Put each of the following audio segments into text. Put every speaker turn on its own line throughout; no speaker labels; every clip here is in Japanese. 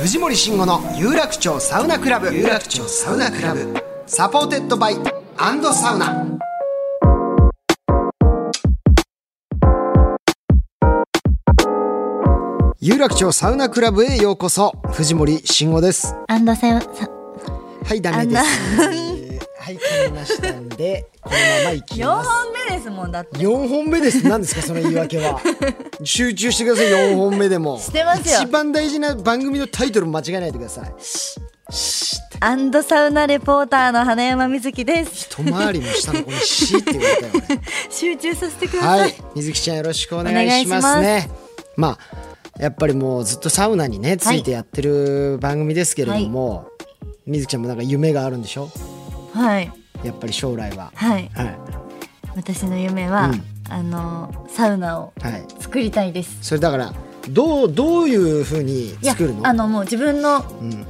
藤森慎吾の有楽町サウナクラブ有楽町サウナクラブサポーテッドバイアンドサウナ有楽町サウナクラブへようこそ藤森慎吾です
アンドセウさ
はいダメですえーはい噛みましたんでこのままいき
4
ます
本目ですもんだって
4本目です何ですかその言い訳は 集中してください4本目でも
してますよ
一番大事な番組のタイトルも間違えないでください
アンドサウナレポーターの花山瑞希です
一回りも下のこの「し」って言われたよね
集中させてくだ さい、
はい、水木ちゃんよろしくお願いします
お願い
ね。まあやっぱりもうずっとサウナにねついてやってる番組ですけれども、水木ちゃんもなんか夢があるんでしょ。
はい
やっぱり将来は。
はい
はい
私の夢は、
うん
あのサウナを
はい。
作りたいです
それだからどうどういう風に
いや
作るの？
あのもう自分の
うん、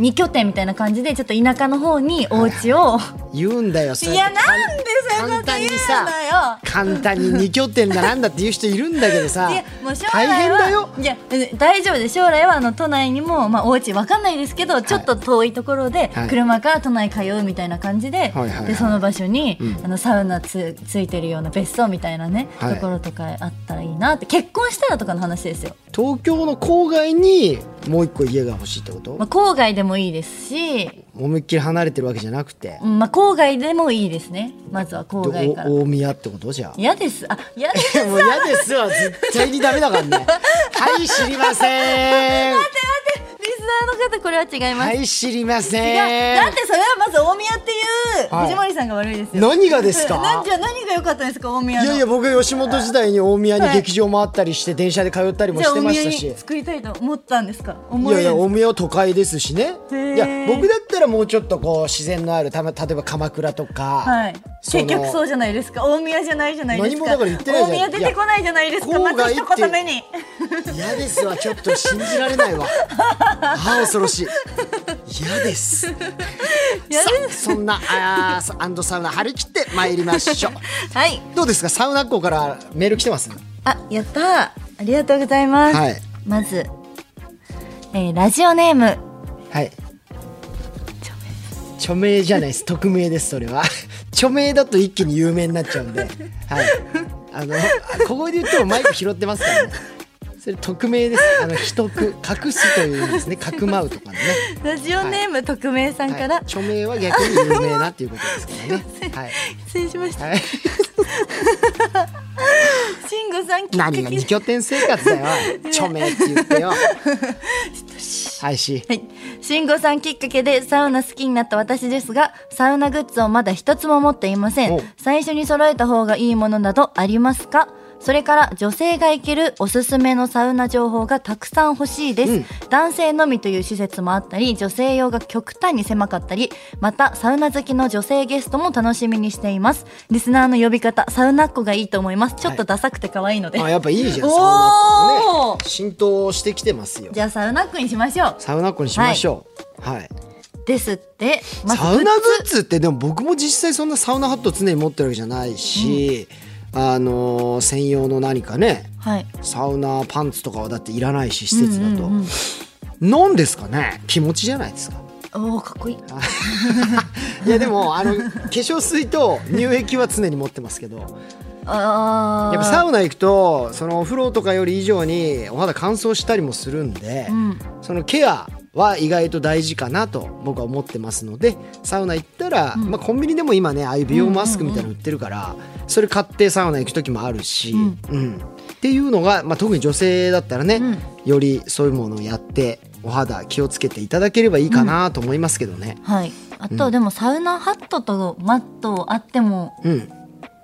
2拠点みたいな感じでちょっと田舎の方にお家を
言うんだよ。そ
いう
やっ
や
て
なんでそん
簡
なこと
単に
言う
さ
のよ
簡単に二拠点だなんだっていう人いるんだけどさ
いやもう将、
大
来
変
は
だよ。
いやえ大丈夫です将来はあの都内にもまあお家わかんないですけどちょっと遠いところで
はい
車から都内通うみたいな感じで、
はいはい
でその場所に、
うん
あのサウナつついてるような別荘みたいなね、
はい
ところとかあったらいいなって結婚したらとかの話ですよ、
東京の郊外にもう一個家が欲しいってこと
まあ、？郊外でもいいですし、
思いっきり離れてるわけじゃなくて。
うんまあ、郊外でもいいですねまずは郊外から
お大宮ってことじゃあ
嫌ですあ嫌です
もう嫌ですわ絶対にダメだから ねはい知りません
リスナーの方これは違います、
はい知りま
い
せ
や
ん
だってそれはまず大宮っていう
はい
藤森さんが悪いですよ、
何がです
えな
か
んじゃ 何が良かったんですか大宮
い
の
やいや僕吉本時代に大宮に
はい
劇場もあったりして電車で通ったりも
じゃ
し
あ
て
大
まし
宮
たし
に作りたいと思ったんですか
い
思
や
い
いや大宮は都会ですしね
へー
いや僕だったらもうちょっとこう自然のあるたま例えば鎌倉とか、
はい
その
結局そうじゃないですか大宮じゃないじゃないですか
何もだから言ってないじゃん
大宮出てこないじゃないです
いや
かま
郊
ず
外
一
って
言目に
嫌ですわちょっと信じられないわああ恐ろしい嫌です
や
さ
る
あそんなあーさアンドサウナ張り切って参りましょう
はい
どうですかサウナっ子からメール来てます
あやったーありがとうございます、
はい
まず、えーラジオネーム
はい著名じゃないです匿名ですそれは 著名だと一気に有名になっちゃうんではいあのここで言ってもマイク拾ってますからねそれ匿名ですあの秘匿隠すという意味ですねかくまうとかのね
ラジオネーム、匿名さんから、
はい、著名は逆に有名なっていうことです からね
失礼しました
はい、はい、
慎吾さんきっかけ
何が二拠点生活 だよおい著名って言ってよはいし
はい、慎吾さんきっかけでサウナ好きになった私ですがサウナグッズをまだ一つも持っていませ
お
ん最初に揃えた方がいいものなどありますかそれから女性が行けるおすすめのサウナ情報がたくさん欲しいです、
うん
男性のみという施設もあったり女性用が極端に狭かったりまたサウナ好きの女性ゲストも楽しみにしていますリスナーの呼び方サウナっ子がいいと思いますちょっとダサくて可愛いので、
あやっぱいいじゃん
おー
サウナっ子ね浸透してきてますよ
じゃあサウナっ子にしましょう
サウナっ子にしましょうはい、
ですって、まず
サウナグッズってでも僕も実際そんなサウナハット常に持ってるわけじゃないし、あのー専用の何かね
はい
サウナパンツとかはだっていらないし施設だと、
うんうんうん
なんですかね気持ちじゃないですか
おおかっこいい
いやでもあの化粧水と乳液は常に持ってますけど
ああ
やっぱサウナ行くとそのお風呂とかより以上にお肌乾燥したりもするんで、
うん
そのケアは意外と大事かなと僕は思ってますのでサウナ行ったら、まあ、コンビニでも今ねああいう美容マスクみたいなの売ってるから、それ買ってサウナ行く時もあるし、うん
ん
っていうのが、まあ、特に女性だったらね、
うん
よりそういうものをやってお肌気をつけていただければいいかなと思いますけどね。
はいあと、でもサウナハットとマットあっても
うん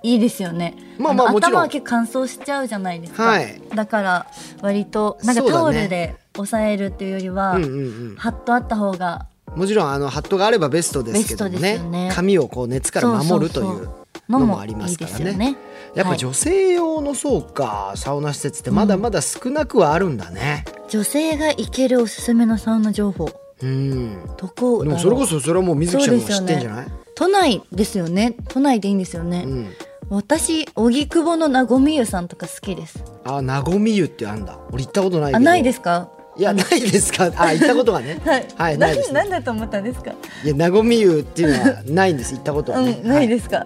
いいですよね。
まあまあ
の
もちろん
頭は結構乾燥しちゃうじゃないですか。
はい
だから割となんか
そうだね
タオルで押さえるっていうよりは、
うんうんうん
ハットあった方が
もちろんあのハットがあればベストですけども
ベストで
ね
すよね
髪をこう熱から守るとい
そうそ
う
うその
のも
も
あ
い
りま
い
すか
で
ら
すよ
ね
ね。
やっ
は
ぱ
い
女性用のそうかサウナ施設ってまだまだ少なくはあるんだね
女性が行けるおすすめのサウナ情報
うん
どこ
で
だろ
も
う
それこそそれはもう水木ちゃんも知
そう
っ
で
て
すよ
ん
ね
じゃない
都内ですよね都内でいいんですよね、
うん
私荻窪のなごみゆさんとか好きです
あなごみ湯ってあんだ俺行ったことないけど
あないですすか
いやないです かあ行ったことがねはいないですね
なんだと思ったんですか、
いやなごみ湯っていうのはないんです行ったことはね
うんないですすか、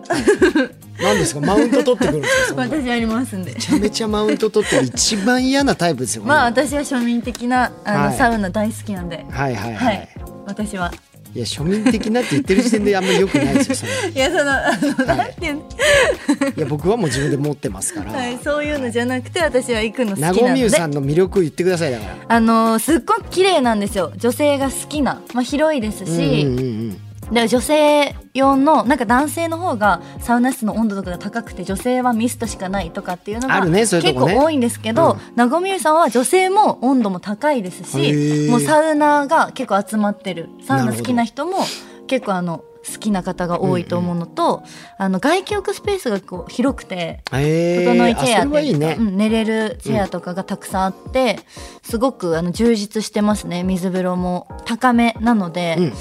何ですかマウント取ってくるんですかそんなめ
私あり ますんで
ちゃめちゃマウント取ってる一番嫌なタイプですよ
まあ私は庶民的なあの、
はい
サウナ大好きなんで
はいはいは、、
はいい私はい
や庶民的なって言ってる時点であんまり良くないですよそれ
いやそのあの
はい
なんていうの
いや僕はもう自分で持ってますから、
はい、そういうのじゃなくて私は行くの好きな
な
ので
ごみゆさんの魅力言ってくださいだから
あのーすっごく綺麗なんですよ女性が好きな、まあ、広いですし、
うんうんうん
で女性用のなんか男性の方がサウナ室の温度とかが高くて女性はミストしかないとかっていうのが
あるねそういう
結
とこ
構
ね
多いんですけど、なごみゆさんは女性も温度も高いです
へ
し
ー
もうサウナーが結構集まってるサウナ好きな人も結構あの好きな方が多いと思うのと、あの外気浴スペースがこう広くて
うんへー
整いチ
あ
ェア
そ
っ
れは
て
い
い
いう
か
ね、
うん、寝れるチェアとかがたくさんあって、すごくあの充実してますね水風呂も高めなので、
うん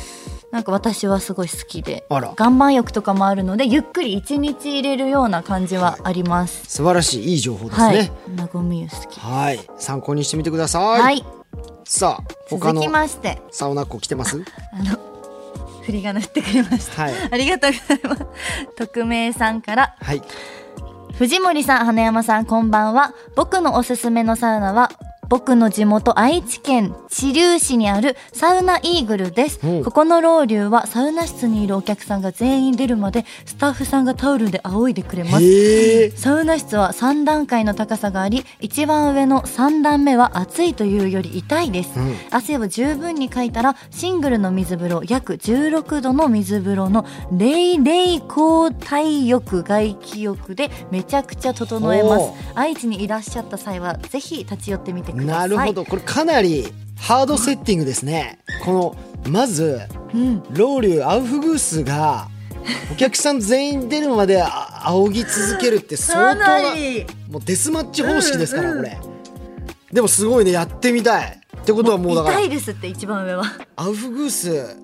なんか私はすごい好きで
あら
岩盤浴とかもあるのでゆっくり一日入れるような感じはあります。
素晴らしいいい情報です
はい
ね、
なごみゆ好き。
はい参考にしてみてください、
はい、
さあ他
続
の
きまして
サウナっ子来てます
あの振り仮名振ってくれました。
はい
ありがとうございます。匿名さんから
はい
藤森さん、花山さん、こんばんは。僕のおすすめのサウナは、僕の地元愛知県知立市にあるサウナイーグルです。
うん
ここのロウリュウはサウナ室にいるお客さんが全員出るまでスタッフさんがタオルで仰いでくれます。
へえ
サウナ室は3段階の高さがあり一番上の3段目は暑いというより痛いで
う
す、
ん
汗を十分にかいたらシングルの水風呂約16度の水風呂の冷冷交代浴外気浴でめちゃくちゃ整えます
おー
愛知にいらっしゃった際はぜひ立ち寄ってみてくださ
ないるほどこれかなりハードセッティングですねこのまず
うん、
ロウリュウアウフグースがお客さん全員出るまであ仰ぎ続けるって相当なもうデスマッチ方式ですから、
うんうん
これでもすごいねやってみたいってことはもうだから
痛いですって一番上は
アウフグース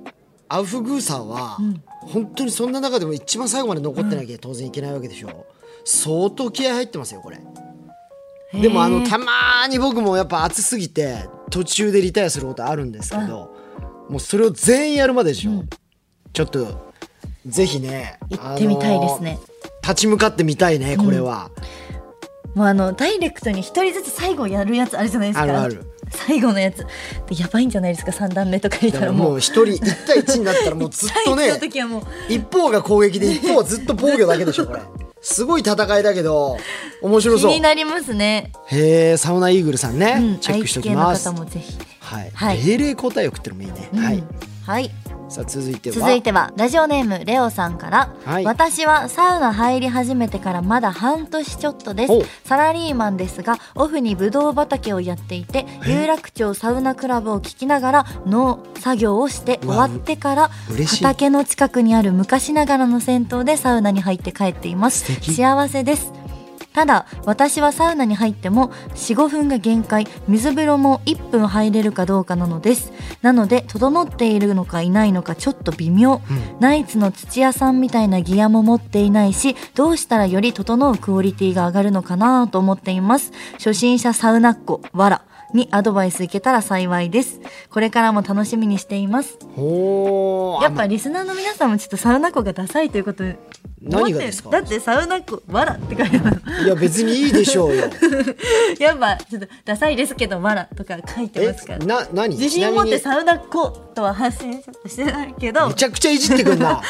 アウフグーサーは、
ん
本当にそんな中でも一番最後まで残ってなきゃ当然いけないわけでしょ、相当気合入ってますよこれでもあのたまーに僕もやっぱ暑すぎて途中でリタイアすることあるんですけど、もうそれを全員やるまででしょ、ちょっとぜひね
行ってみたいですね、
あのー立ち向かってみたいねこれは、
もうあのダイレクトに一人ずつ最後やるやつあるじゃないですか
あるある
最後のやつでやばいんじゃないですか三段目とかい
だ
た
からら
も
も
う
う一人一対一になったらもうずっとね
最後の時はもう
一方が攻撃で一方はずっと防御だけでしょこれすごい戦いだけど面白
気
そう
になりますね、
へえサウナイーグルさんね、
うん、
チェックしておき
愛
ま
知
す
系の方もぜひ、
はい、
はい
英霊交代浴ってのもいいね、
うん
はい
はい
さあ続いては
続いてはラジオネームレオさんから、
はい
私はサウナ入り始めてからまだ半年ちょっとで
お
すサラリーマンですがオフにブドウ畑をやっていて有楽町サウナクラブを聞きながら農作業をして
う
終
わ
わってから
う嬉しい
畑の近くにある昔ながらの銭湯でサウナに入って帰っています
素敵
幸せですただ私はサウナに入っても45分が限界水風呂も1分入れるかどうかなのですなので整っているのかいないのかちょっと微妙、ナイツの土屋さんみたいなギアも持っていないしどうしたらより整うクオリティが上がるのかなと思っています初心者サウナっ子わらにアドバイスいけたら幸いですこれからも楽しみにしています
おー
やっぱリスナーの皆さんもちょっとサウナっ子がダサいということ
何がですか
思ってるだってサウナっ子わらって書いてある
あいや別にいいでしょうよ
やっぱちょっとダサいですけどまだとか書いて
え
ますから
な何
自
ちな
信
み
持っ
に
てサウナっ子とは発信してないけど
めちゃくちゃいじってくん な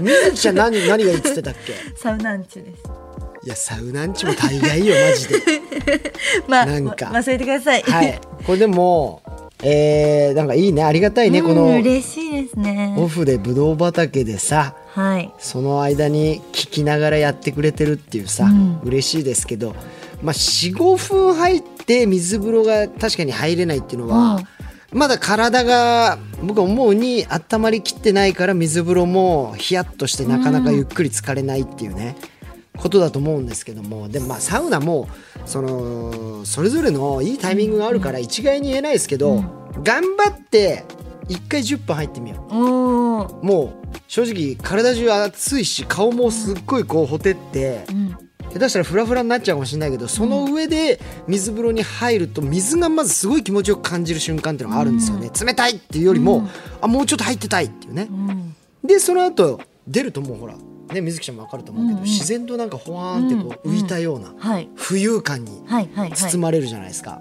水木ちゃん何何がいいっつってたっけ
サウナンチュです
いやサウナンチも大概よマジで
まあ
なんか
ま忘れてください、
はいこれでもえー、なんかいいねありがたいね、
うん
この
嬉しいですね
オフでぶどう畑でさ
はい
その間に聞きながらやってくれてるっていうさ、
うん
嬉しいですけど、まあ、45分入って水風呂が確かに入れないっていうのは、まだ体が僕は思うに温まりきってないから水風呂もヒヤッとしてなかなかゆっくり疲れないっていうね、ことだと思うんですけどもでもまあサウナもそのそれぞれのいいタイミングがあるから一概に言えないですけど、
うん
頑張って1回10分入ってみよう。
おお
もう正直体中暑いし顔もすっごいこうほてって
うん
下手したらフラフラになっちゃうかもしれないけどその上で水風呂に入ると水がまずすごい気持ちよく感じる瞬間っていうのがあるんですよね、冷たいっていうよりも、
うん
あもうちょっと入ってたいっていうね
う、ん
でその後出るともうほらね水木ちゃんも分かると思うけど、
うんうん
自然となんかほわーんってこう
うん
浮いたような
はい
浮遊感に
はいはいはい
包まれるじゃないですか。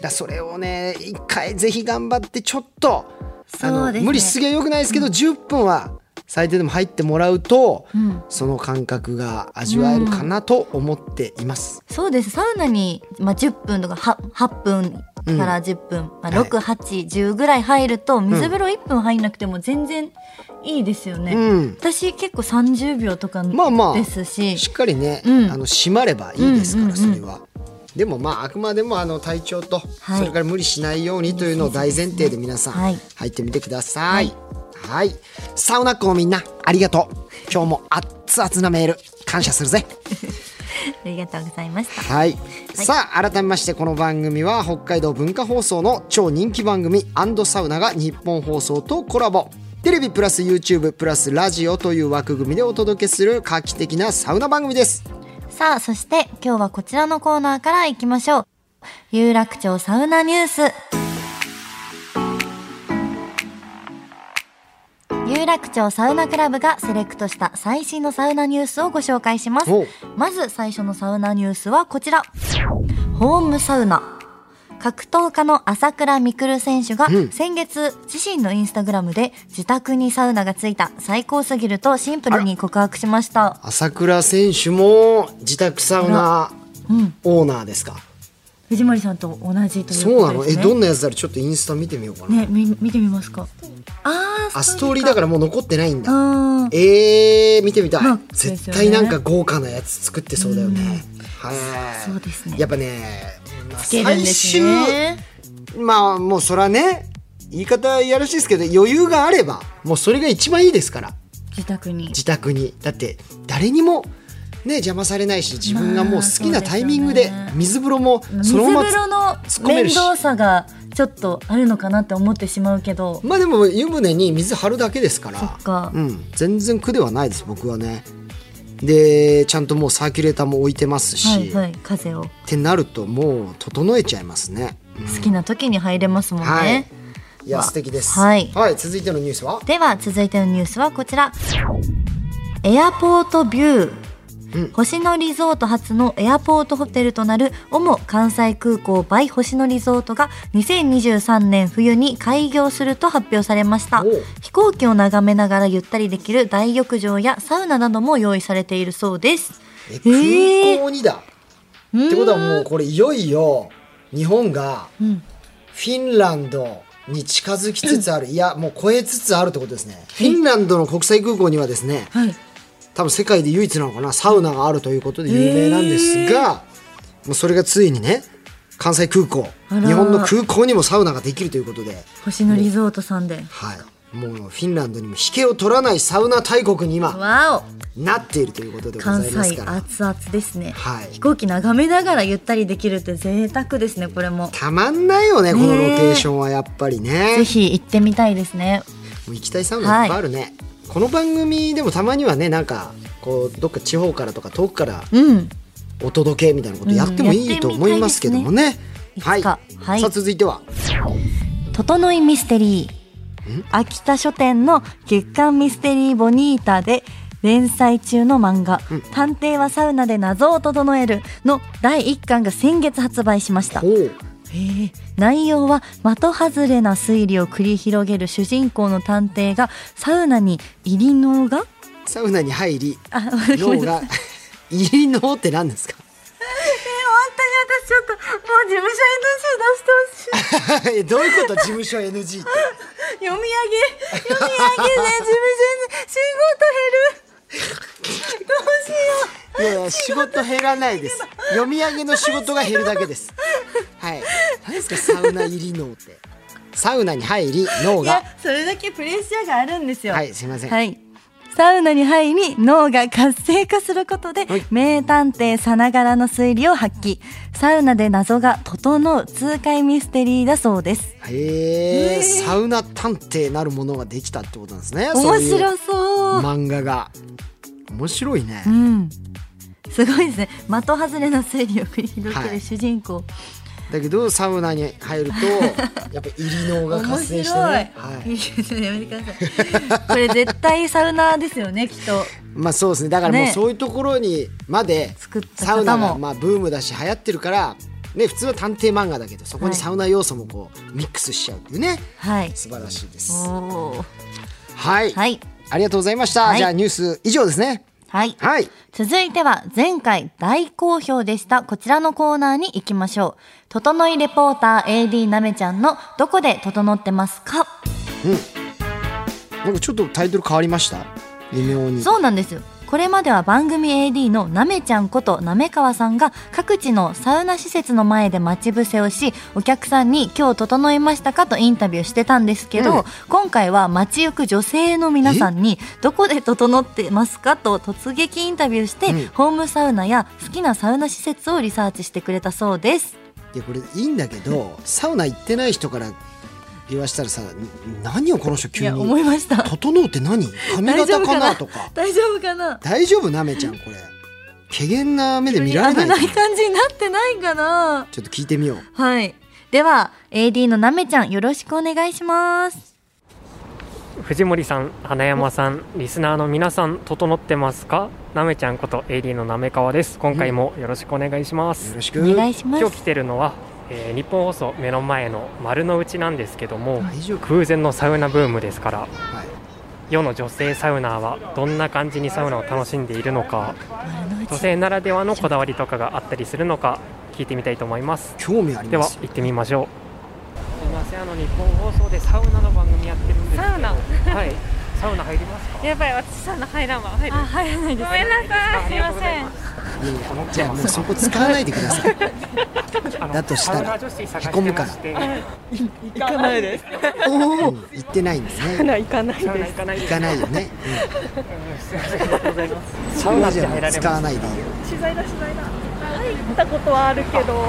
だからそれをね一回ぜひ頑張ってちょっとあ
そ
の
うですね
無理しすぎはよくないですけど、10分は最低でも入ってもらうと、
うん
その感覚が味わえるかなと思っています。
そうですサウナに、まあ、10分とかは8分から10分、まあ、
はい
6810ぐらい入ると水風呂1分入んなくても全然いいですよね、
うん
私結構30秒とか
まあまあ
ですし、
しっかりね、
うん
あの締まればいいですから、
うんうん
そ
うん
れは。でもまああくまでもあの体調と、
はい
それから無理しないようにというのを大前提で皆さん
はい
入ってみてください。はい、サウナっ子のみんなありがとう。今日も熱々なメール感謝するぜ。
ありがとうございました
はい、さあ改めましてこの番組は北海道文化放送の超人気番組サウナが日本放送とコラボテレビプラス YouTube プラスラジオという枠組みでお届けする画期的なサウナ番組です
さあそして今日はこちらのコーナーからいきましょう有楽町サウナニュース有楽町サウナクラブがセレクトした最新のサウナニュースをご紹介します
おう
まず最初のサウナニュースはこちらホームサウナ格闘家の朝倉未来選手が先月自身のインスタグラムで自宅にサウナがついた最高すぎるとシンプルに告白しました
朝倉選手も自宅サウナ
うん
オーナーですか、
藤森さんと同じという
そうな
こ
の
とで
え
すね。
どんなやつだろうちょっとインスタ見てみようかな、
ねみ見てみますか。ああ
あストーリーだからもう残ってないんだ、
うん
えー、見てみたい、
まあ
絶対なんか豪華なやつ作ってそうだよね、はい
そうですね
やっぱね、まあ
つけるんですね。
まあもうそらね言い方いやらしいですけど余裕があればもうそれが一番いいですから
自宅に。
自宅にだって誰にもね邪魔されないし自分がもう好き
まあ
なタイミングで
そうですよね
水風呂も
水
そのま
風
ま
呂の
突っ込める
面
し
倒さがちょっとあるのかなって思ってしまうけど、
まあでも湯船に水張るだけですから
そっか
うん、全然苦ではないです僕はねでちゃんともうサーキュレーターも置いてますし、
はいはい風を
ってなるともう整えちゃいますね、うん
好きな時に入れますもんね。
はいいや
まあ
素敵です
はい
はい、続いてのニュースは
では続いてのニュースはこちらエアポートビュー、
うん
星野リゾート初のエアポートホテルとなる主関西空港 by 星野リゾートが2023年冬に開業すると発表されました
おう
飛行機を眺めながらゆったりできる大浴場やサウナなども用意されているそうです
え
へー
空港にだ、ってことはもうこれいよいよ日本が
うん
フィンランドに近づきつつある、いやもう超えつつあるってことですねフィンランドの国際空港にはですね
はい
多分世界で唯一なのかなサウナがあるということで有名なんですが、もうそれがついにね関西空港
あら
日本の空港にもサウナができるということで、
星野リゾートさんで
はい、もうフィンランドにも引けを取らないサウナ大国に今
わお
なっているということでござ
関
います
西
から
熱々ですね、
はい
飛行機眺めながらゆったりできるって贅沢ですねこれも
たまんないよねこのロケーションはやっぱりね
ぜひ行ってみたいですね
もう行きたいサウナいっぱいあるね、この番組でもたまにはねなんかこうどっか地方からとか遠くから
うん
お届けみたいなことやってもいいと思いますけどもね,、
うん
は
やって
い、
みたいですねいつかはい
さあ続いては
整いミステリー秋田書店の月刊ミステリーボニータで連載中の漫画、探偵はサウナで謎を整えるの第1巻が先月発売しました
ほう
へえ内容は的外れな推理を繰り広げる主人公の探偵がサウナに入り脳が
サウナに入り
あ、ごめんなさい
脳が入り脳って何ですか
本当に私ちょっともう事務所 に出し出してほし
えどういうこと事務所 NG って
読み上げ読み上げね自分全然仕事減るどうしよう
いやいや仕事減らないです読み上げの仕事が減るだけですはい何ですかサウナ入り脳ってサウナに入り脳
い
が
やそれだけプレッシャーがあるんですよ
はいすいません、
はい。サウナに入り脳が活性化することで、
はい
名探偵さながらの推理を発揮サウナで謎が整う痛快ミステリーだそうです
へ
へ
え
ー
サウナ探偵なるものができたってことなんですね
面
そういう
白そう
漫画が面白いね
うんすごいですね的外れの推理を繰り広げ
はい
る主人公、
だけどサウナに入る とやっぱ入り脳が
面
活
白
性
い、
してね、はい、
ちょっとやめてくださいこれ絶対サウナーですよねきっと
まあそうですねだからもう
ね
そういうところにまで
作った
サウナ
方
が
も
まあブームだし流行ってるからね普通は探偵漫画だけどそこに
はい
サウナ要素もこうミックスしちゃうっていうね
はい
素晴らしいです
おー
はい、
はい
ありがとうございました、
はい
じゃあニュース以上ですね
はい
はい
続いては前回大好評でしたこちらのコーナーに行きましょう。整いレポーター AD なめちゃんのどこで整ってますか
なんかちょっとタイトル変わりました微妙に
そうなんですよ。これまでは番組 AD のなめちゃんことなめかわさんが各地のサウナ施設の前で待ち伏せをしお客さんに今日整いましたかとインタビューしてたんですけど、
うん
今回は街行く女性の皆さんにどこで整ってますかと突撃インタビューして、
うん
ホームサウナや好きなサウナ施設をリサーチしてくれたそうです。
いやこれいいんだけどサウナ行ってない人から言わしたらさん何をこの人
い
急
や思
に
いました。
整うって何髪
大
型
丈
か
夫か
な
な
とか
大丈夫かな。
大丈夫なめちゃんこれ怪げな目で見
危
ら
な
れ
い
ない
感じになってないかな。
ちょっと聞いてみよう
はい。では AD のなめちゃんよろしくお願いします。
藤森さん、花山さん、リスナーの皆さん、整ってますかなめちゃんこと AD のなめかわです。今回もよろしくお願いしま
よ
す
ろ。しく
お願いしま
今日来
す。
てるのは、えー日本放送目の前の丸の内なんですけども、
大丈夫
空前のサウナブームですから、
はい
世の女性サウナーはどんな感じにサウナを楽しんでいるのか、女性ならではのこだわりとかがあったりするのか、聞いてみたいと思います。
興味あり
で
ま
は
すよ
行ってみましょうすいませんあの日本放送でサウナの番組やってるんですけど
サウナ
はいサウナ入りますか
やばい、私サウナ入らんわ。入る
あ入らないで
ごめんなさい、すいません。
いやいやじゃあもうそこ使わないでください
あの
だとしたら
サウナ女子探
へ
し
こ
て
むから
まして
行かないです。
うん行ってないんですね
行かない
サウナ行かないで
行
す
かないよね
すいませんありがとうございます
そ
サ
う
ウナって
じ
入ら
ゃ
れ
使わ
ます
ないでいいよ
取材だ、取材だ。入ったことはあるけど、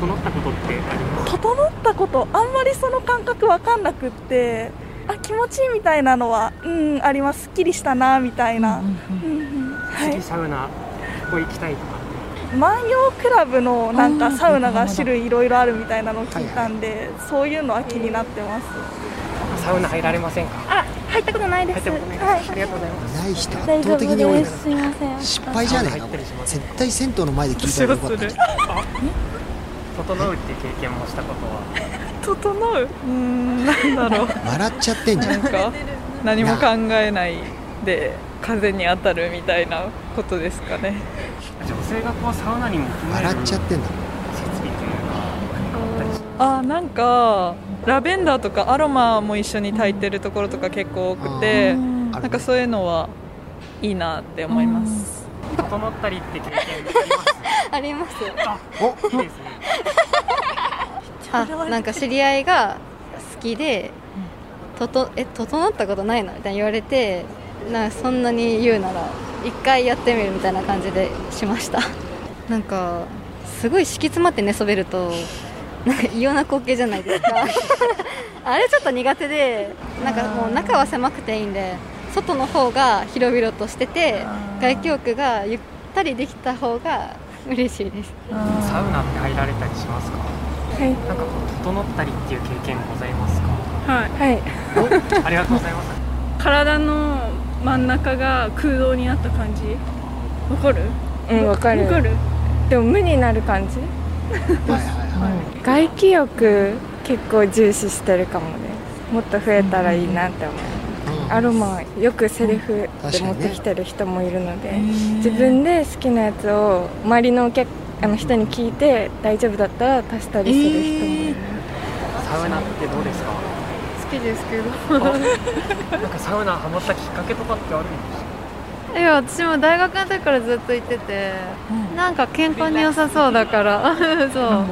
整ったことってあります
整ったこと、あんまりその感覚わかんなくって。あ、気持ちいいみたいなのは、うん、あります。すっきりしたなみたいな。うんうんは
次
い。
サウナここ行きたいとか
万葉クラブのなんかサウナが種類いろいろあるみたいなのを聞いたんで、そういうのは気になってます。
サウナ入られませんか
あ、入ったことないで
入ってもねありがとうございます
ない人圧倒的に多いから
いません
失敗じゃねえかこれ絶対銭湯の前で聞いたらよかったんじゃない
整うっていう経験もしたことは
整ううーんなんだろう
笑っちゃってんじゃん
なん か何も考えないで風に当たるみたいなことですかね
女性がこうサウナにも
笑っちゃってんだ
設備というか何かあったりし
あなんかラベンダーとかアロマも一緒に炊いてるところとか結構多くて
ある
なんかそういうのはいいなって思います
整ったりって経験あります
ありますよ
お
いいですね
あなんか知り合いが好きで「ととえ整ったことないの?」みたいに言われてなんかそんなに言うなら一回やってみるみたいな感じでしま したなんかすごい敷き詰まって寝そべるとなんか異様な光景じゃないです かあれちょっと苦手でなんかもう中は狭くていいんで外の方が広々としてて外気浴がゆったりできた方が嬉しいです
サウナって入られたりしますか。はい。なんかこう整ったりっていう経験ございますか。
はい、
ありがとうございます。
体の真ん中が空洞になった感じわかる
うん、わかる
わかる
でも無になる感じ
はいはいはい
外気浴結構重視してるかもねもっと増えたらいいなって思う、アロマよくセリフで持ってきてる人もいるので、自分で好きなやつを周りのお客あの人に聞いて大丈夫だったら足したりする人もいる、
サウナってどうですか
好きですけど
なんかサウナハマったきっかけとかってあるんですか
いや私も大学の時からずっと行ってて、なんか健康に良さそうだから そう
整う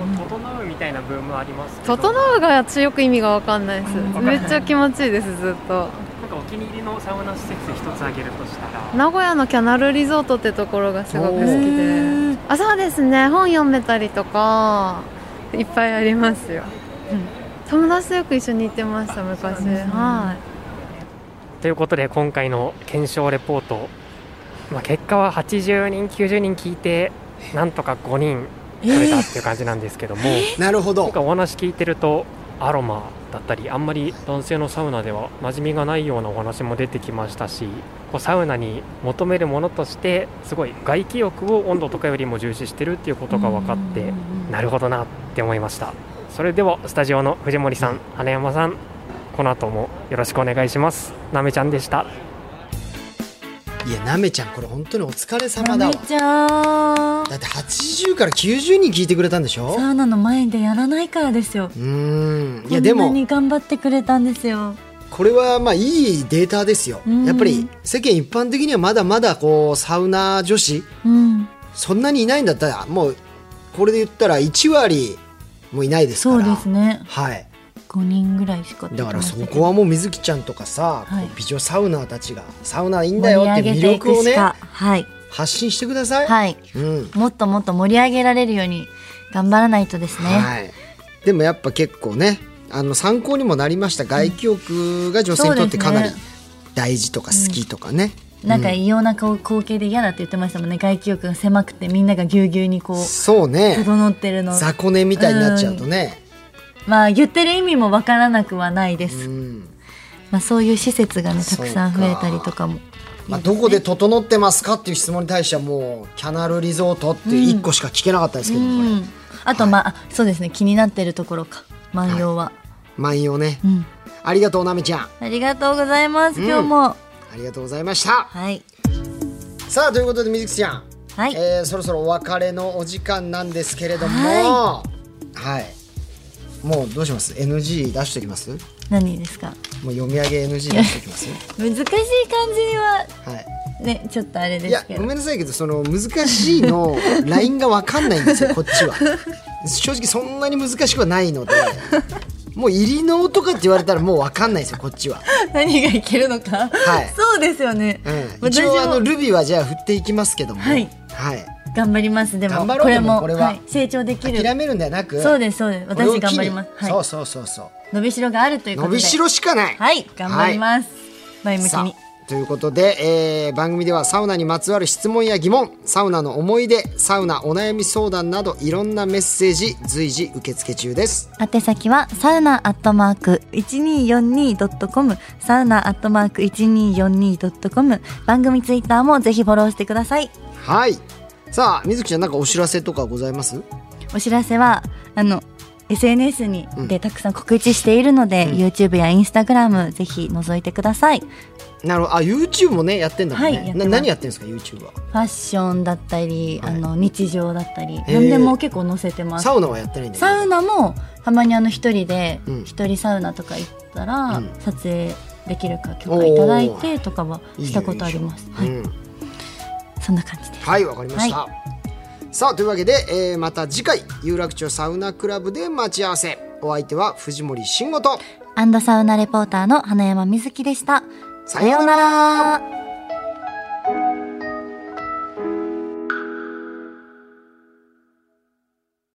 みたいなブームありますけど
整うが私よく意味が分かんないです、
ん
めっちゃ気持ちいいですずっと
なんかお気に入りのサウナ施設一つあげるとしたら
名古屋のキャナルリゾートってところがすごく好きであそうですね本読めたりとかいっぱいありますよ、うん、友達とよく一緒に行ってました昔、はい
ということで今回の検証レポート、まあ、結果は80人90人聞いてなんとか5人取れたっていう感じなんですけども、
なるほ
なん
ど
かお話聞いてるとアロマだったりあんまり男性のサウナでは馴染みがないようなお話も出てきましたしこうサウナに求めるものとしてすごい外気浴を温度とかよりも重視してるっていうことが分かってなるほどなって思いましたそれではスタジオの藤森さん花山さんこの後もよろしくお願いしますなめちゃんでした
いやなめちゃんこれ本当にお疲れ様だ
な
わ
めちゃん
だって80から90人聞いてくれたんでしょ
サウナの前でやらないからですよ
うーんいやで
こんな
も
に頑張ってくれたんですよ
これはまあいいデータですよ
うん
やっぱり世間一般的にはまだまだこうサウナ女子
うん
そんなにいないんだったらもうこれで言ったら1割もいないですか
そ
ら
うですね
はい
5人ぐらいしか
だからそこはもう水木ちゃんとかさ、
はい
こう美女サウナーたちがサウナいいんだ
盛
よ
り
って
上げ
魅
てい
力
く
を
し
ね
か、はい
発信してください、
はい
うん
もっともっと盛り上げられるように頑張らないとですね、
はい、でもやっぱ結構ねあの参考にもなりました外気浴が女性にとってかなり
そうで
大事とか好きとかね、
なんか異様なこう光景で嫌だって言ってましたもんね外気浴が狭くてみんながぎゅうぎゅうにこう
そうね
整ってるの
雑魚寝みたいになっちゃうとね、
まあ言ってる意味もわからなくはないで
う
す、
ん
まあ、そういう施設がねたくさん
そう
増
か
えたりとかも
まあ、どこで整ってますかっていう質問に対してはもうキャナルリゾートって1個しか聞けなかったですけど、これ
うんあとまあ、あそうですね気になってるところか万葉は、
万葉ね、
うん
ありがとうなめちゃんあ
ありがとうございます今日も、
りがとうございました
はい
さあということでみずきちゃん、
はい、
えーそろそろお別れのお時間なんですけれどもは、
はい
もうどうします NG 出しておきますも
何ですか
う読み上げ NG 出しておき ます
難しい感じには
はい
ねちょっとあれ
い
で
や
すけ
ご
ど
めんなさいけどその難しい のラインが分かんないんですよこっちは正直そんなに難しくはない のでもう入りのとかって言われたらもう分かんないですよこっちは、
何がいけるのか、
はい
そうですよね、
うん、
私
一
も
応あのルビーはじゃあ振っていきますけども
はい
はい、
頑張りますでも
頑張ろう
これ
でも
も
これは
はい、成長できる
諦めるんではなく
そうですそうです
これを機
私
に
頑張ります、はい、
そうそうそうそう
伸びしろがあるということ
伸
で
びしろしかない
はい頑張ります、前向き
さ
に
あということで、えー番組ではサウナにまつわる質問や疑問サウナの思い出サウナお悩み相談などいろんなメッセージ随時受付中です
宛先はサウナアットマーク 1242.com サウナアットマーク 1242.com 番組ツイッターもぜひフォローしてください
はいさあ水木ちゃんなんかお知らせとかございます
お知らせはあの SNS に
うん
でたくさん告知しているので、YouTube や Instagram ぜひ覗いてくださいフ
なるほどあ YouTube もねやってんだもんね、
はいやってま
な
す
何やってんですか YouTube は
ァッションだったり、
はい
あの日常だったり
ー
何でも結構載せてます
サウナはやってないんだよね
サウナもたまにあの一人で
うん
一人サウナとか行ったら
うん
撮影できるか許可いただいてとかはい
いよ
したことあります。はいい
いようん
そんな感じです。
はいわかりました、さあというわけで、えーまた次回有楽町サウナクラブで待ち合わせお相手は藤森慎吾と
アンドサウナレポーターの花山瑞希でした。
さ
さようなら。